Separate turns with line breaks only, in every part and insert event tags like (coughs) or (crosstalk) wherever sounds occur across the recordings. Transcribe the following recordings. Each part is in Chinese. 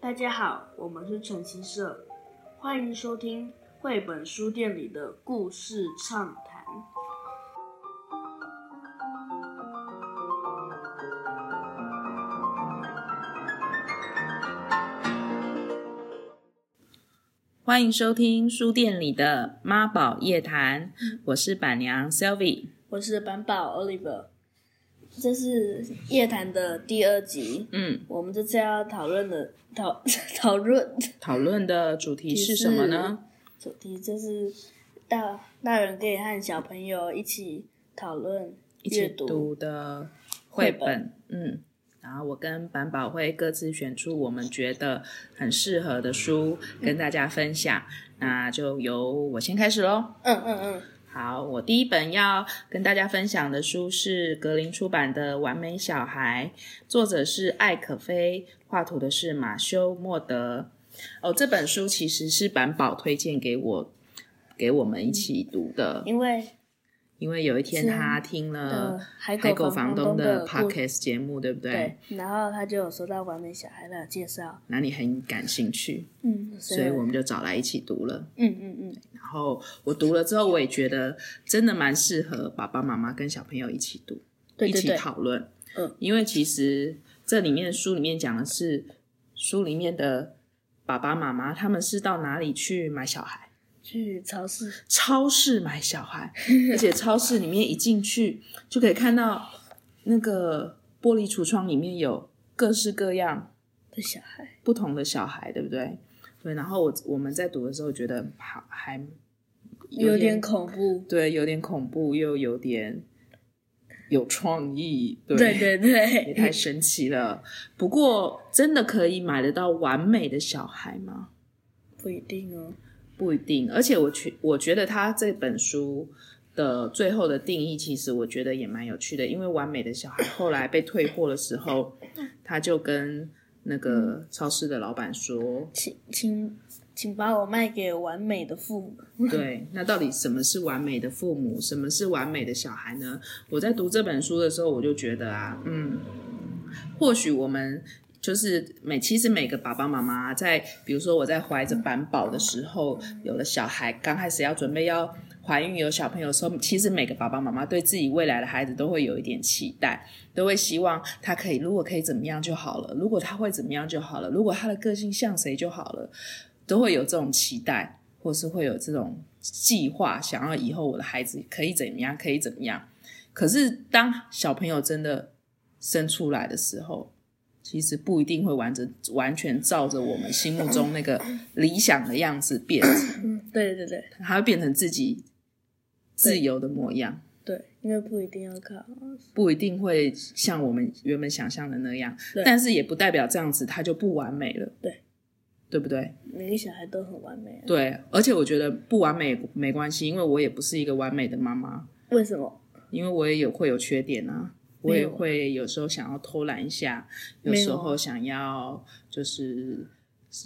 大家好，我们是晨曦社，欢迎收听绘本书店里的故事畅谈。
欢迎收听书店里的妈宝夜谈，我是板娘 Sylvie。
我是板宝 Oliver，这是夜谈的第二集。
嗯，
我们这次要讨论的讨 (laughs) 讨论
讨论的主题是什么呢？
主题就是大大人可以和小朋友一起讨论
一起
阅读
读的绘
绘
本。嗯，然后我跟板宝会各自选出我们觉得很适合的书跟大家分享。那就由我先开始喽。
嗯嗯嗯，
好，我第一本要跟大家分享的书是格林出版的《完美小孩》，作者是艾可菲，画图的是马修·莫德。哦，这本书其实是板宝推荐给我，给我们一起读的，
因为
因为有一天
是
他听
呃
了，
海
海啊狗
狗
房
东
东的
故
podcast 节目，对不对？
对，然后他就有说到完美小孩的介绍，
那你很感兴趣，
嗯，
所以我们就找来一起读了。
嗯嗯嗯，
然后我读了之后，我也觉得真的蛮适合爸爸妈妈跟小朋友一起读。
对
一
对
起
对，
讨论。
嗯，
因为其实这里面书里面讲的是书里面的爸爸妈妈他们是到哪里去买小孩，
去超市，
超市买
(laughs)
小孩，而且超市里面一进去就可以看到那个玻璃橱窗里面有各式各样
的小孩，
不同的小孩，对不对？对，然后我我们在读的时候觉得好还
有点恐怖。
对，有点恐怖，又有点有创意，对
对 (laughs) 对
也
对，
太神奇了。不过，真的可以买得到完美的小孩吗？
不一定哦。
不一定。而且我觉我觉得他这本书的最后的定义，其实我觉得也蛮有趣的。因为完美的小孩后来被退货的时候，他就跟那个超市的老板说
请请请把我卖给完美的父母。：“
对，那到底什么是完美的父母？什么是完美的小孩呢？”我在读这本书的时候，我就觉得啊，嗯，或许我们就是每其实每个爸爸妈妈在，比如说我在怀着板宝的时候，有了小孩，刚开始要准备要怀孕有小朋友的时候，其实每个爸爸妈妈对自己未来的孩子都会有一点期待，都会希望他可以，如果可以怎么样就好了，如果他会怎么样就好了，如果他的个性像谁就好了，都会有这种期待，或是会有这种计划，想要以后我的孩子可以怎么样，可以怎么样。可是当小朋友真的生出来的时候，其实不一定会完整完全照着我们心目中那个理想的样子变成，
嗯，对对对
他会变成自己自由的模样，
对，因为不一定要靠。
不一定会像我们原本想象的那样
对，
但是也不代表这样子他就不完美了，
对，
对不对？
每个小孩都很完美、啊。
对，而且我觉得不完美没关系，因为我也不是一个完美的妈妈，
为什么？
因为我也有会有缺点啊，我
没
也
有啊
会有时候想要偷懒一下，
没有
有
啊
时候想要就是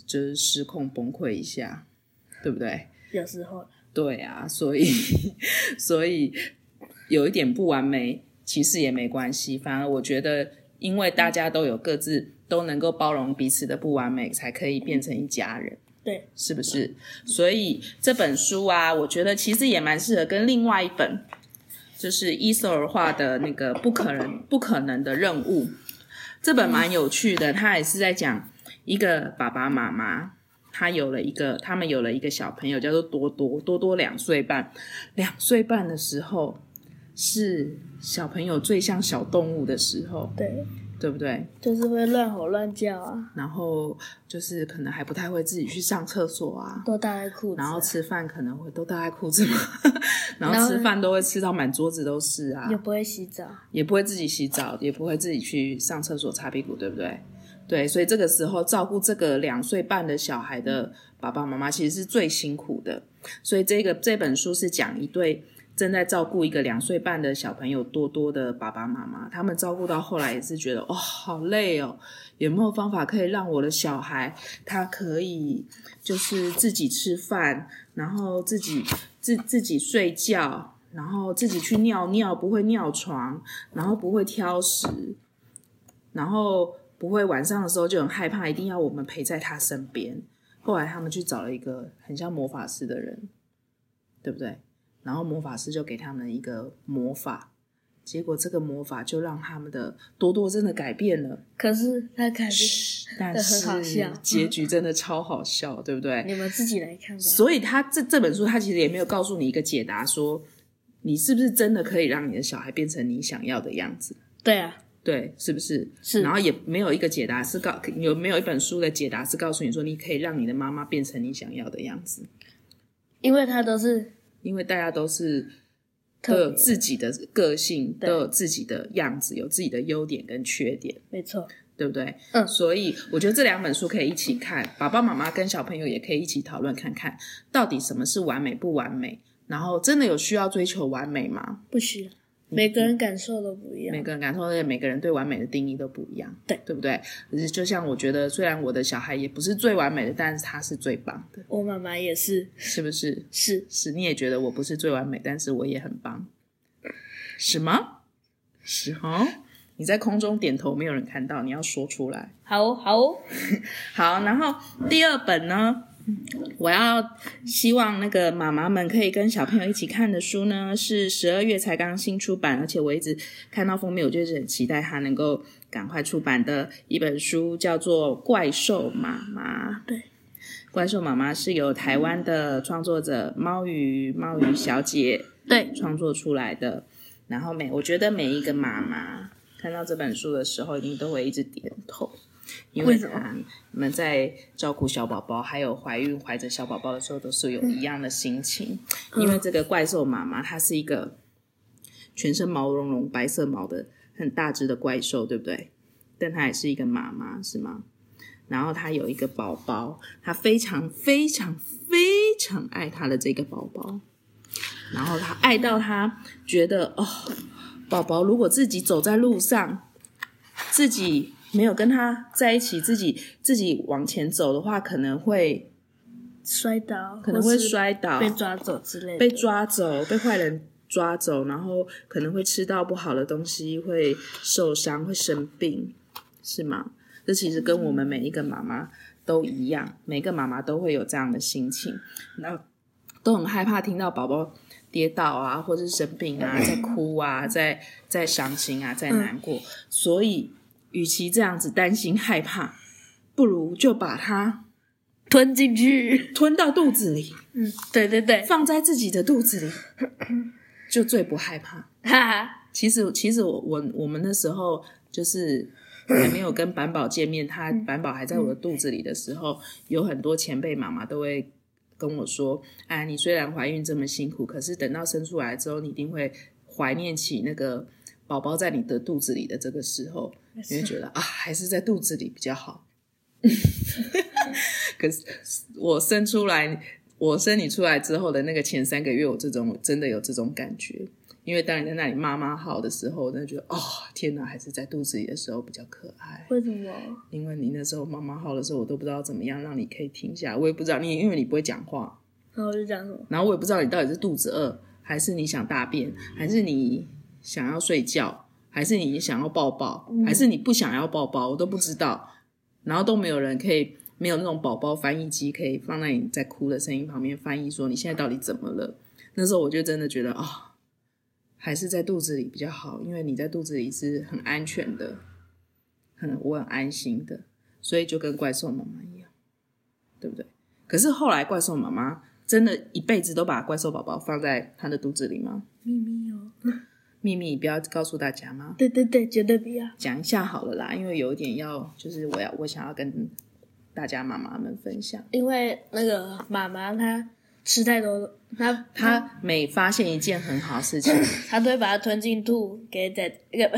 就是失控崩溃一下，对不对？
有时候
对啊，所以所以有一点不完美，其实也没关系。反而我觉得，因为大家都有各自都能够包容彼此的不完美，才可以变成一家人。
对，
是不是？所以这本书啊，我觉得其实也蛮适合跟另外一本，就是伊索尔画的那个不可能不可能的任务。这本蛮有趣的，他也是在讲一个爸爸妈妈，他有了一个，他们有了一个小朋友叫做多多，多多两岁半，两岁半的时候是小朋友最像小动物的时候，
对，
对不对？
就是会乱吼乱叫啊，
然后就是可能还不太会自己去上厕所啊，
都大在裤子啊、
然后吃饭可能会都大概裤子嘛， (laughs) 然
然
后
后
吃饭都会吃到满桌子都是啊，
也不会洗澡。
也不会自己洗澡，也不会自己去上厕所擦屁股，对不对？对，所以这个时候照顾这个两岁半的小孩的爸爸妈妈其实是最辛苦的。所以这个这本书是讲一对正在照顾一个两岁半的小朋友多多的爸爸妈妈，他们照顾到后来也是觉得哦好累哦，有没有方法可以让我的小孩他可以就是自己吃饭，然后自己自自己睡觉，然后自己去尿尿，不会尿床，然后不会挑食，然后不会晚上的时候就很害怕，一定要我们陪在他身边。后来他们去找了一个很像魔法师的人，对不对？然后魔法师就给他们一个魔法，结果这个魔法就让他们的多多真的改变了。
可是他感觉
但
这很好
是
笑嗯
结局真的超好笑，对不对？
你们自己来看吧。
所以他这这本书，他其实也没有告诉你一个解答说，你是不是真的可以让你的小孩变成你想要的样子，
对啊，
对，是不是？
是
然后也没有一个解答是告有没有一本书的解答是告诉你说，你可以让你的妈妈变成你想要的样子，
因为他都是
因为大家都是都
特
有
别
自己的个性，
对
都有自己的样子，有自己的优点跟缺点。
没错，
对不对？
嗯
所以我觉得这两本书可以一起看，爸爸妈妈跟小朋友也可以一起讨论看看，到底什么是完美不完美，然后真的有需要追求完美吗？
不需要，每个人感受都不一样
每。个人感受，而且每个人对完美的定义都不一样，
对
对不对？可是就像我觉得，虽然我的小孩也不是最完美的，但是他是最棒的，
我妈妈也是，
是不是？
是
是你也觉得我不是最完美，但是我也很棒，什么？是哦，你在空中点头，没有人看到，你要说出来。
好哦好哦，
好，然后第二本呢，我要希望那个妈妈们可以跟小朋友一起看的书呢，是十二月才刚新出版，而且我一直看到封面，我就一直很期待它能够赶快出版的一本书，叫做《怪兽妈妈》。
对，
《怪兽妈妈》是由台湾的创作者猫鱼猫鱼小姐
对，
创作出来的。然后每我觉得每一个妈妈看到这本书的时候，一定都会一直点头，因
为什么
她们在照顾小宝宝，还有怀孕怀着小宝宝的时候，都是有一样的心情。
嗯
因为这个怪兽妈妈，她是一个全身毛茸茸、白色毛的很大只的怪兽，对不对？但她也是一个妈妈，是吗？然后她有一个宝宝，她非常非常非常爱她的这个宝宝，然后她爱到她觉得哦，宝宝如果自己走在路上，自己没有跟他在一起，自己自己往前走的话，可能会
摔倒
可能
或
会
是
摔倒，
被抓走之类的，
被抓走，被坏人抓走，然后可能会吃到不好的东西，会受伤，会生病，是吗？这其实跟我们每一个妈妈都一样，每个妈妈都会有这样的心情，那都很害怕听到宝宝跌倒啊，或是生病啊，在哭啊，在在伤心啊，在难过，所以与其这样子担心害怕，不如就把它
吞进去。
吞到肚子里。
嗯，对对对，
放在自己的肚子里，就最不害怕。
哈哈，
其实，其实我我我们那时候就是还没有跟板宝见面，他板宝还在我的肚子里的时候，有很多前辈妈妈都会跟我说：“哎，你虽然怀孕这么辛苦，可是等到生出来之后，你一定会怀念起那个宝宝在你的肚子里的这个时候，你会觉得啊，还是在肚子里比较好。” (laughs) 可是我生出来，我生你出来之后的那个前三个月，我这种真的有这种感觉。因为当你在那里妈妈好的时候，我真的觉得哦，天哪，还是在肚子里的时候比较可爱。
为什么？
因为你那时候妈妈好的时候，我都不知道怎么样让你可以停下来，我也不知道你，因为你不会讲话，
然后我就讲什么？
然后我也不知道你到底是肚子饿，还是你想大便，还是你想要睡觉，还是你想要抱抱，还是你不想要抱抱，我都不知道。然后都没有人可以，没有那种宝宝翻译机可以放在你在哭的声音旁边翻译说你现在到底怎么了。那时候我就真的觉得哦，还是在肚子里比较好，因为你在肚子里是很安全的，很我很安心的，所以就跟怪兽妈妈一样，对不对？可是后来怪兽妈妈真的一辈子都把怪兽宝宝放在她的肚子里吗？
秘密哦。
秘密不要告诉大家吗？
对对对，绝对不要。
讲一下好了啦，因为有一点要，就是我要我想要跟大家妈妈们分享。
因为那个妈妈她吃太多，她
她每发现一件很好的事情，
她都会把它吞进肚给仔给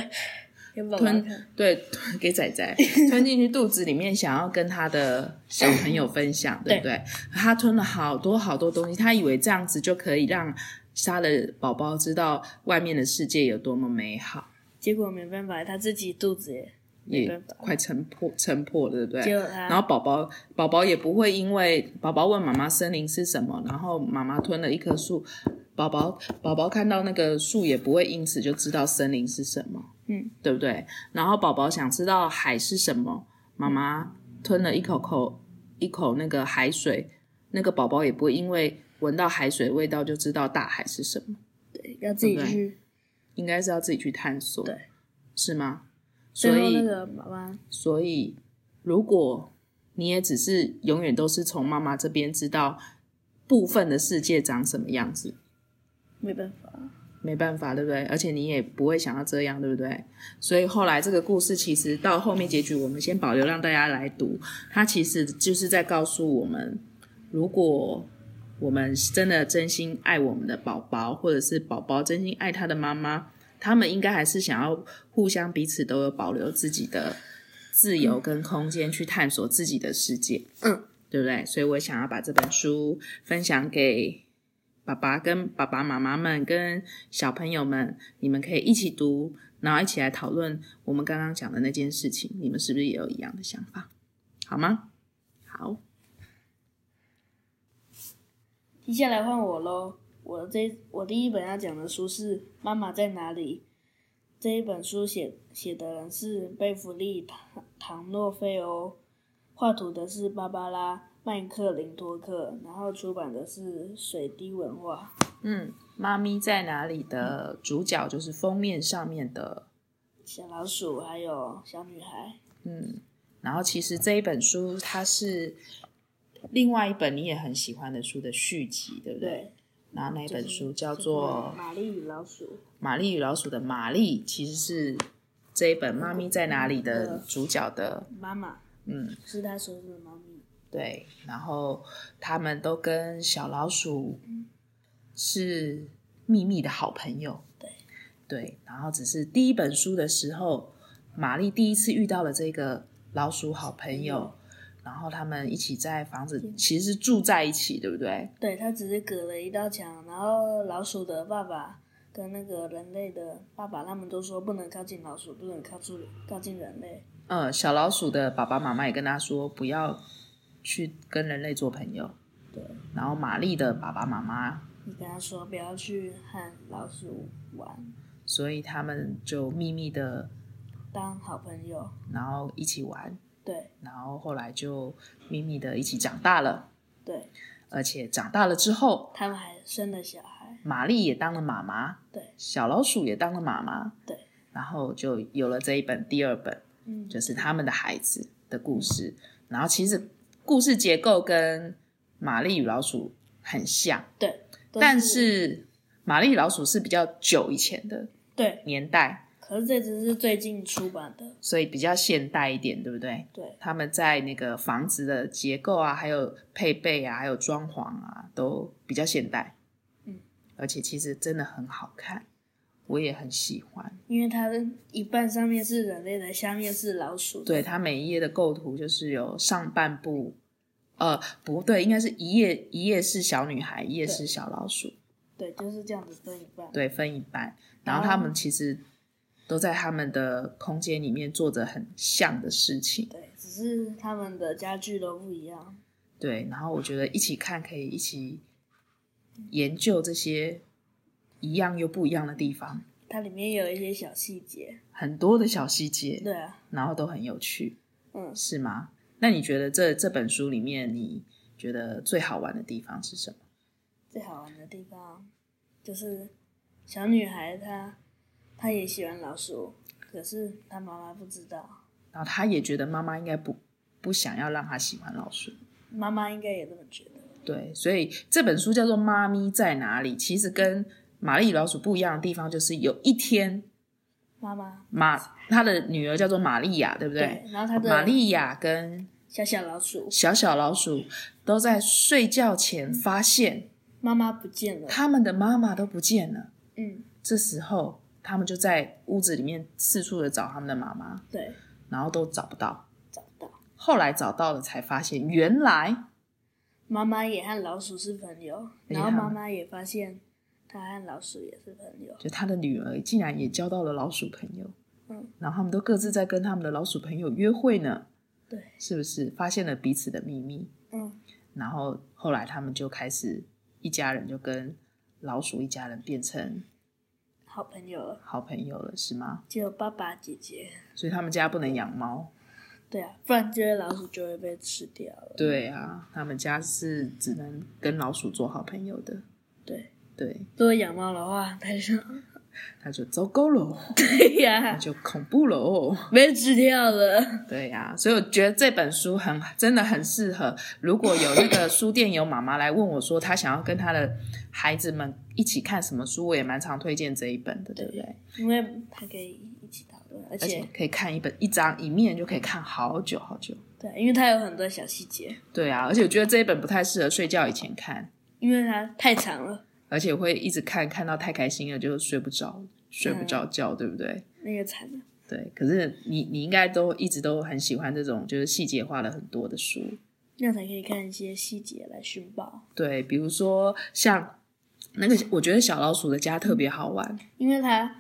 给宝宝
吞
看。
对 (laughs) 吞给仔仔吞进去肚子里面，想要跟他的小朋友分享，对不对？他吞了好多好多东西，他以为这样子就可以让他的宝宝知道外面的世界有多么美好，
结果没办法，她自己肚子也没
也
办法，
快撑破撑破了，对不对？
结果她
然后宝宝宝宝也不会因为宝宝问妈妈森林是什么，然后妈妈吞了一棵树，宝宝宝宝看到那个树也不会因此就知道森林是什么，
嗯，
对不对？然后宝宝想知道海是什么，妈妈吞了一口口一口那个海水，那个宝宝也不会因为闻到海水味道就知道大海是什么，
对，要自己
对不对
去。
应该是要自己去探索，
对，
是吗？所
最后
以
那个妈妈，
所以，如果你也只是永远都是从妈妈这边知道部分的世界长什么样子，
没办法，
没办法，对不对？而且你也不会想要这样，对不对？所以后来这个故事其实到后面结局，我们先保留让大家来读。它其实就是在告诉我们，如果我们真的真心爱我们的宝宝，或者是宝宝真心爱他的妈妈，他们应该还是想要互相彼此都有保留自己的自由跟空间，去探索自己的世界。
嗯，
对不对？所以我想要把这本书分享给爸爸跟爸爸妈妈们跟小朋友们，你们可以一起读，然后一起来讨论我们刚刚讲的那件事情，你们是不是也有一样的想法？好吗？好，
接下来换我喽。我这我第一本要讲的书是《妈妈在哪里》。这一本书写写的人是贝弗利·唐唐诺菲欧，画图的是芭芭拉·麦克林托克，然后出版的是水滴文化。
嗯，妈咪在哪里的主角就是封面上面的，
小老鼠还有小女孩，
嗯，然后其实这一本书它是另外一本你也很喜欢的书的续集，对不对？
对，
然后那一本
就是
书叫做
就是玛丽与老鼠。
《玛丽与老鼠》的玛丽其实是这一本《妈咪在哪里》的主角的，
妈妈
嗯，
是她手指的猫咪，
对。然后他们都跟小老鼠是秘密的好朋友，
对
对。然后只是第一本书的时候，玛丽第一次遇到了这个老鼠好朋友，然后他们一起在房子，其实是住在一起，对不对？
对，它只是隔了一道墙，然后老鼠的爸爸跟那个人类的爸爸，他们都说不能靠近老鼠，不能靠近靠近人类。
嗯，小老鼠的爸爸妈妈也跟他说不要去跟人类做朋友。
对，
然后玛丽的爸爸妈妈，
你跟他说不要去和老鼠玩，
所以他们就秘密的，
当好朋友。
然后一起玩，
对
然后后来就秘密的一起长大了。
对，
而且长大了之后，
他们还生了小孩。
玛丽也当了妈妈，
对
小老鼠也当了妈妈，
对，
然后就有了这一本第二本，
嗯，
就是他们的孩子的故事。然后其实故事结构跟《玛丽与老鼠》很像。
对，都
但是玛丽与老鼠是比较久以前的
对，
年代，
可是这只是最近出版的。
所以比较现代一点，对不对？
对
他们在那个房子的结构啊，还有配备啊，还有装潢啊，都比较现代。
嗯，
而且其实真的很好看，我也很喜欢。
因为它的一半上面是人类的，下面是老鼠的。
对，它每一页的构图就是有上半部，呃，不对，应该是一页一页是小女孩，一页是小老鼠。
对，就是这样子分一半。
对，分一半。然后他
哦
们其实都在他们的空间里面做着很像的事情，
对，只是他们的家具都不一样。
对。然后我觉得一起看可以一起研究这些一样又不一样的地方，
它里面有一些小细节。
很多的小细节，
对啊，
然后都很有趣，
嗯，
是吗？那你觉得这这本书里面，你觉得最好玩的地方是什么？
最好玩的地方就是小女孩她她也喜欢老鼠，可是她妈妈不知道，
然后他也觉得妈妈应该不不想要让他喜欢老鼠，
妈妈应该也这么觉得。
对，所以这本书叫做《妈咪在哪里》，其实跟《玛丽与老鼠》不一样的地方就是，有一天
妈妈
玛她的女儿叫做玛丽亚，对不对？
然后她的
玛丽亚跟
小小老鼠
小小老鼠都在睡觉前发现
妈妈不见了，
他们的妈妈都不见了，
嗯，
这时候他们就在屋子里面四处的找他们的妈妈，
对，
然后都找不到。
找不到。
后来找到了，才发现原来
妈妈也和老鼠是朋友，
且
然后
他们
妈妈也发现她和老鼠也是朋友。
就他的女儿竟然也交到了老鼠朋友，
嗯，
然后他们都各自在跟他们的老鼠朋友约会呢，
对，
是不是？发现了彼此的秘密，
嗯，
然后后来他们就开始一家人就跟老鼠一家人变成
好朋友了，
好朋友了，是吗？
只有爸爸、姐姐。
所以他们家不能养猫。
对啊，不然这些老鼠就会被吃掉了。
对啊，他们家是只能跟老鼠做好朋友的。
对，
对，
如果养猫的话，它就
他就糟糕喽，
对呀、
那就恐怖喽。
没纸条了。
对呀、所以我觉得这本书很真的很适合。如果有那个书店有妈妈来问我说，她想要跟她的孩子们一起看什么书，我也蛮常推荐这一本的，对不对？
因为它可以一起讨论，而
而且
且
可以看一本一张一面就可以看好久好久。
对，因为它有很多小细节，
对啊，而且我觉得这一本不太适合睡觉以前看，
因为它太长了，
而且会一直看看到太开心了就睡不着，睡不着觉，对不对？
那个惨了。
对，可是你你应该都一直都很喜欢这种就是细节化了很多的书，
那样才可以看一些细节来寻宝，
对，比如说像那个，我觉得小老鼠的家特别好玩，
因为它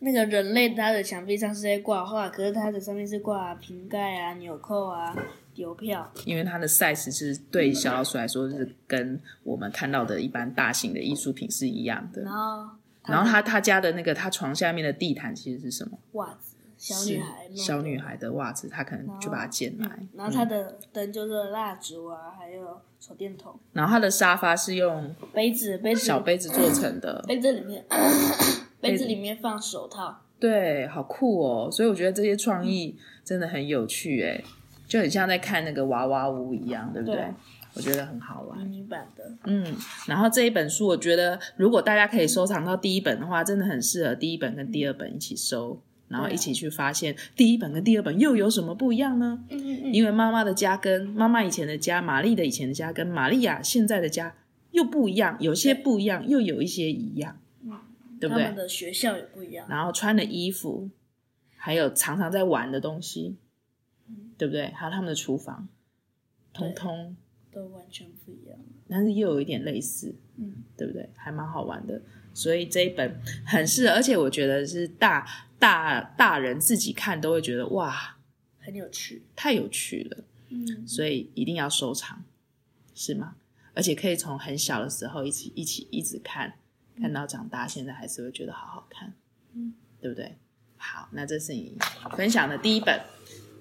那个人类它的墙壁上是在挂画，可是它的上面是挂瓶盖啊、纽扣啊、邮票，
因为它的 size 是对小老鼠来说是跟我们看到的一般大型的艺术品是一样的
然。后
然后他他家的那个他床下面的地毯其实是什么？
袜子，小女孩，哦嗯
是小女，孩的袜子，他可能就把它捡来。
然后它的灯就是蜡烛啊，还有手电筒、
然后他的沙发是用
杯子、杯子
小杯子做成的，
杯子里
(coughs)
面，杯子里面放手套，
对，好酷哦！所以我觉得这些创意真的很有趣，哎，就很像在看那个娃娃屋一样，对不对？
对
我觉得很好玩
迷。你版的，
嗯，然后这一本书，我觉得如果大家可以收藏到第一本的话，真的很适合第一本跟第二本一起收，然后一起去发现第一本跟第二本又有什么不一样呢？
嗯嗯
因为妈妈的家跟妈妈以前的家、玛丽的以前的家跟玛利亚现在的家又不一样，有些不一样，又有一些一样，
嗯，
对不
他
对？
们的学校也不一样，
然后穿的衣服，还有常常在玩的东西，对不对？还有他们的厨房，通
嗯对
通
都完全不一样，
但是又有一点类似，
嗯，
对不对？还蛮好玩的，所以这一本很适合，而且我觉得是大大大人自己看都会觉得哇，
很有趣，
太有趣了，
嗯，
所以一定要收藏，是吗？而且可以从很小的时候一起一起一直看，看到长大，现在还是会觉得好好看，
嗯，
对不对？好，那这是你分享的第一本，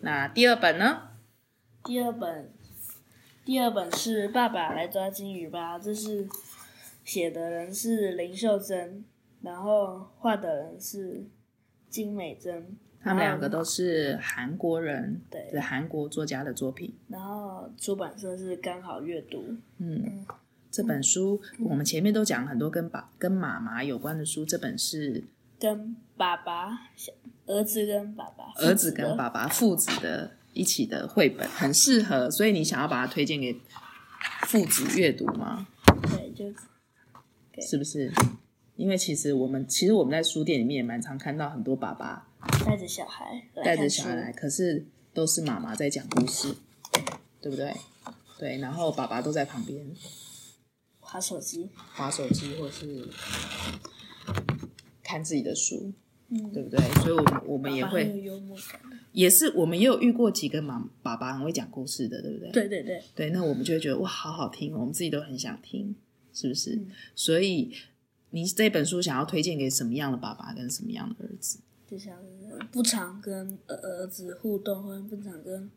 那第二本呢？
第二本，第二本是《爸爸来抓金鱼吧》，这是写的人是林秀珍，然后画的人是金美珍，
他们两个
然后
都是韩国人，
对
是韩国作家的作品。
然后出版社是刚好阅读，
嗯，这本书
嗯
我们前面都讲了很多跟爸跟妈妈有关的书，这本是
跟爸爸，小儿子跟爸爸，
儿子跟
的
爸爸父子的一起的绘本，很适合，所以你想要把它推荐给父子阅读吗？
对，就。对
是不是？因为其实我们其实我们在书店里面也蛮常看到很多爸爸
带着小孩来
带着
看
小
书
孩来，可是都是妈妈在讲故事，对不对？对，然后爸爸都在旁边
划手机，
划手机或是看自己的书，
嗯
对不对？所以我们我们也
爸爸
会
很有幽默感。
也是我们也有遇过几个妈爸爸很会讲故事的，对不对？
对对对，
对那我们就会觉得哇，好好听哦，我们自己都很想听，是不是？
嗯
所以你这本书想要推荐给什么样的爸爸跟什么样的儿子？
就像是不常跟儿儿子互动，或者不常跟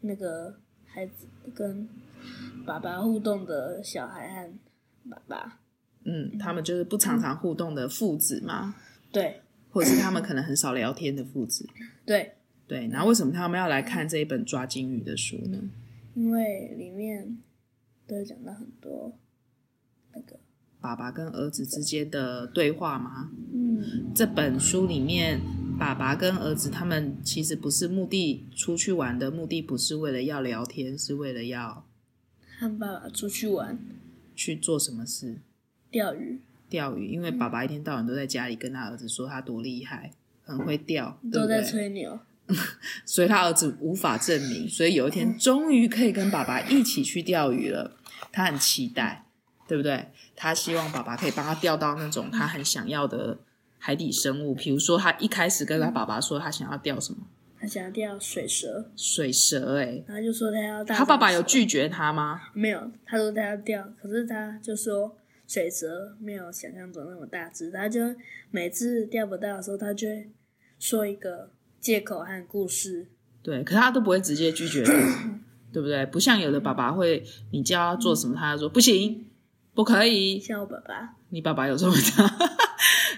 那个孩子跟爸爸互动的小孩和爸爸，
嗯，他们就是不常常互动的父子嘛，
对
或者是他们可能很少聊天的父子。
对，
对，然后为什么他们要来看这一本抓金鱼的书呢？
因为里面都有讲到很多那个，
爸爸跟儿子之间的对话吗？
嗯，
这本书里面，爸爸跟儿子他们其实不是目的出去玩的，目的不是为了要聊天，是为了要
和爸爸出去玩
去做什么事？
钓鱼，
钓鱼，因为爸爸一天到晚都在家里跟他儿子说他多厉害，很会钓，对
都
不
在
对？
吹牛，
所以他儿子无法证明，所以有一
嗯
天终于可以跟爸爸一起去钓鱼了，他很期待，对不对？他希望爸爸可以帮他钓到那种他很想要的海底生物，比如说他一开始跟他爸爸说他想要钓什么。
他想要钓水蛇，
水蛇哎、
然后就说他要大
他爸爸
闸
有
蛇
拒绝他吗？
没有，他说他要钓，可是他就说水蛇没有想象中那么大只，它就每次钓不到的时候，它就会说一个借口和故事。
对，可是他都不会直接拒绝你，对不对？不像有的爸爸会，你叫他做什么，他就说不行，不可以。
像我爸爸，
你爸爸有时候会这样， (laughs)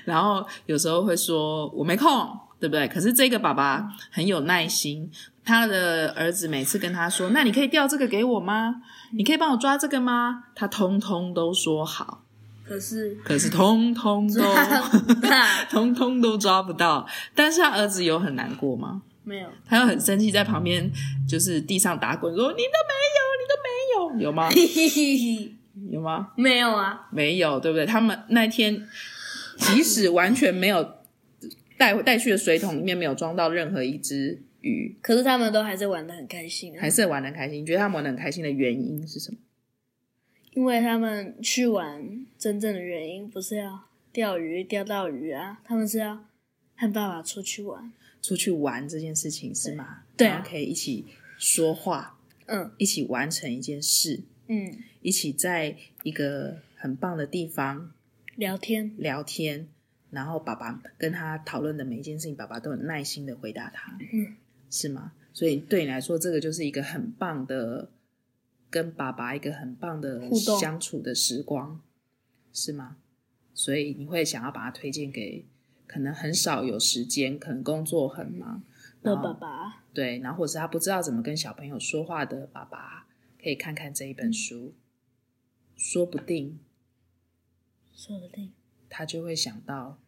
然后有时候会说我没空，对不对？可是这个爸爸很有耐心，他的儿子每次跟他说，那你可以调这个给我吗？你可以帮我抓这个吗？他通通都说好，
可是
可是通通
(laughs)
都
爸
通通都抓不到。但是他儿子有很难过吗？
没有，
他又很生气，在旁边就是地上打滚，说：“你都没有，你都没有，有吗？有吗？
没有啊，
没有，对不对？”他们那天即使完全没有带带去的水桶里面没有装到任何一只鱼，
可是他们都还是玩的很开心啊
还，是玩的开心。你觉得他们玩的很开心的原因是什么？
因为他们去玩真正的原因不是要钓鱼钓到鱼啊，他们是要和爸爸出去玩。
出去玩这件事情是吗？
对啊
然后可以一起说话，
嗯
一起完成一件事，
嗯，
一起在一个很棒的地方
聊天，
聊天，然后爸爸跟他讨论的每一件事情，爸爸都很耐心的回答他，
嗯，
是吗？所以对你来说，这个就是一个很棒的跟爸爸一个很棒的
互动
相处的时光，是吗？所以你会想要把它推荐给可能很少有时间，可能工作很忙，
的
然
爸
后
爸，
对，然后或者是他不知道怎么跟小朋友说话的爸爸，可以看看这一本
嗯
书，说不定
说不定
他就会想到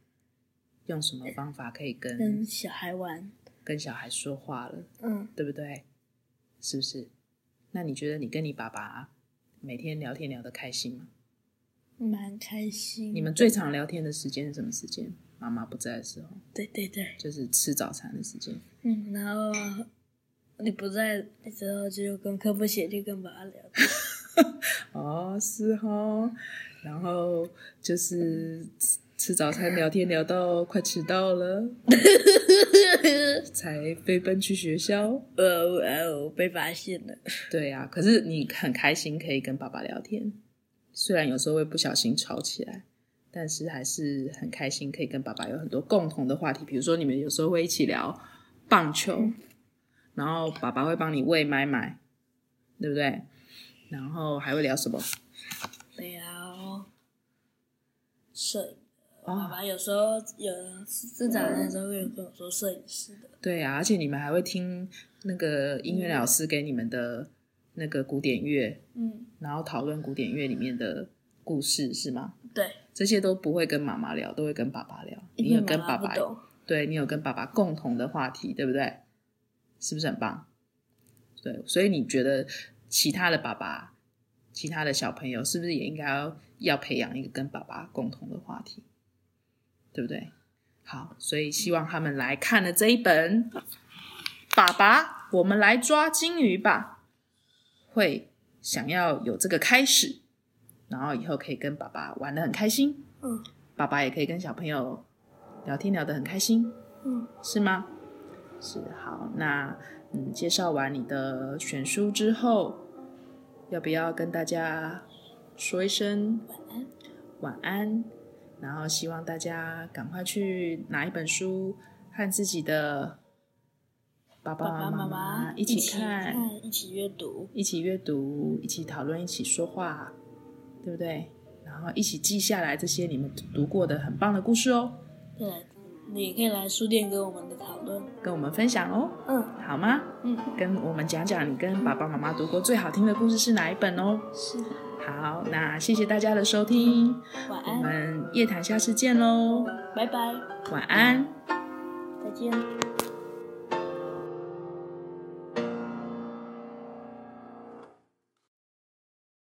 用什么方法可以跟
跟小孩玩，
跟小孩说话了，
嗯，
对不对？是不是？那你觉得你跟你爸爸每天聊天聊得开心吗？
蛮开心。
你们最常聊天的时间是什么时间？妈妈不在的时候，
对对对，
就是吃早餐的时间。
嗯，然后你不在的时候就跟科不写就跟爸爸聊 (laughs) 天，
哦，是哦。然后就是吃吃早餐聊天聊到快迟到了，才飞奔去学校。
呃呃，被发现了，
对呀、可是你很开心可以跟爸爸聊天，虽然有时候会不小心吵起来，但是还是很开心可以跟爸爸有很多共同的话题，比如说你们有时候会一起聊棒球，
嗯
然后爸爸会帮你喂买买，对不对？然后还会聊什么？
聊啊摄影。爸
哦，
爸有时候有是早餐的时候会跟我说摄影师的，
对呀、而且你们还会听那个音乐老师给你们的那个古典乐，
嗯，
然后讨论古典乐里面的故事，是吗？
对，
这些都不会跟妈妈聊，都会跟爸爸聊。你
因为
有跟
妈
爸
妈
爸
不，懂，
对你有跟爸爸共同的话题，对不对？是不是很棒？对，所以你觉得其他的爸爸、其他的小朋友是不是也应该要要培养一个跟爸爸共同的话题，对不对？好，所以希望他们来看了这一本《爸爸，我们来抓金鱼吧》，会想要有这个开始，然后以后可以跟爸爸玩的很开心。
嗯
爸爸也可以跟小朋友聊天聊得很开心，
嗯，
是吗？是好，那嗯，介绍完你的选书之后，要不要跟大家说一声
晚安，
晚安？然后希望大家赶快去拿一本书和自己的爸
爸爸
妈
妈妈
一
起
起看，
一起阅读，
一起阅读，一起讨论，一起说话，对不对？然后一起记下来这些你们读过的很棒的故事哦，
对，你也可以来书店跟我们的讨论，
跟我们分享哦，
嗯
好吗？
嗯，
跟我们讲讲你跟爸爸妈妈读过最好听的故事是哪一本哦。
是，
好，那谢谢大家的收听，
晚
我
安，
们夜谈下次见喽，
拜拜，
晚安。
再见。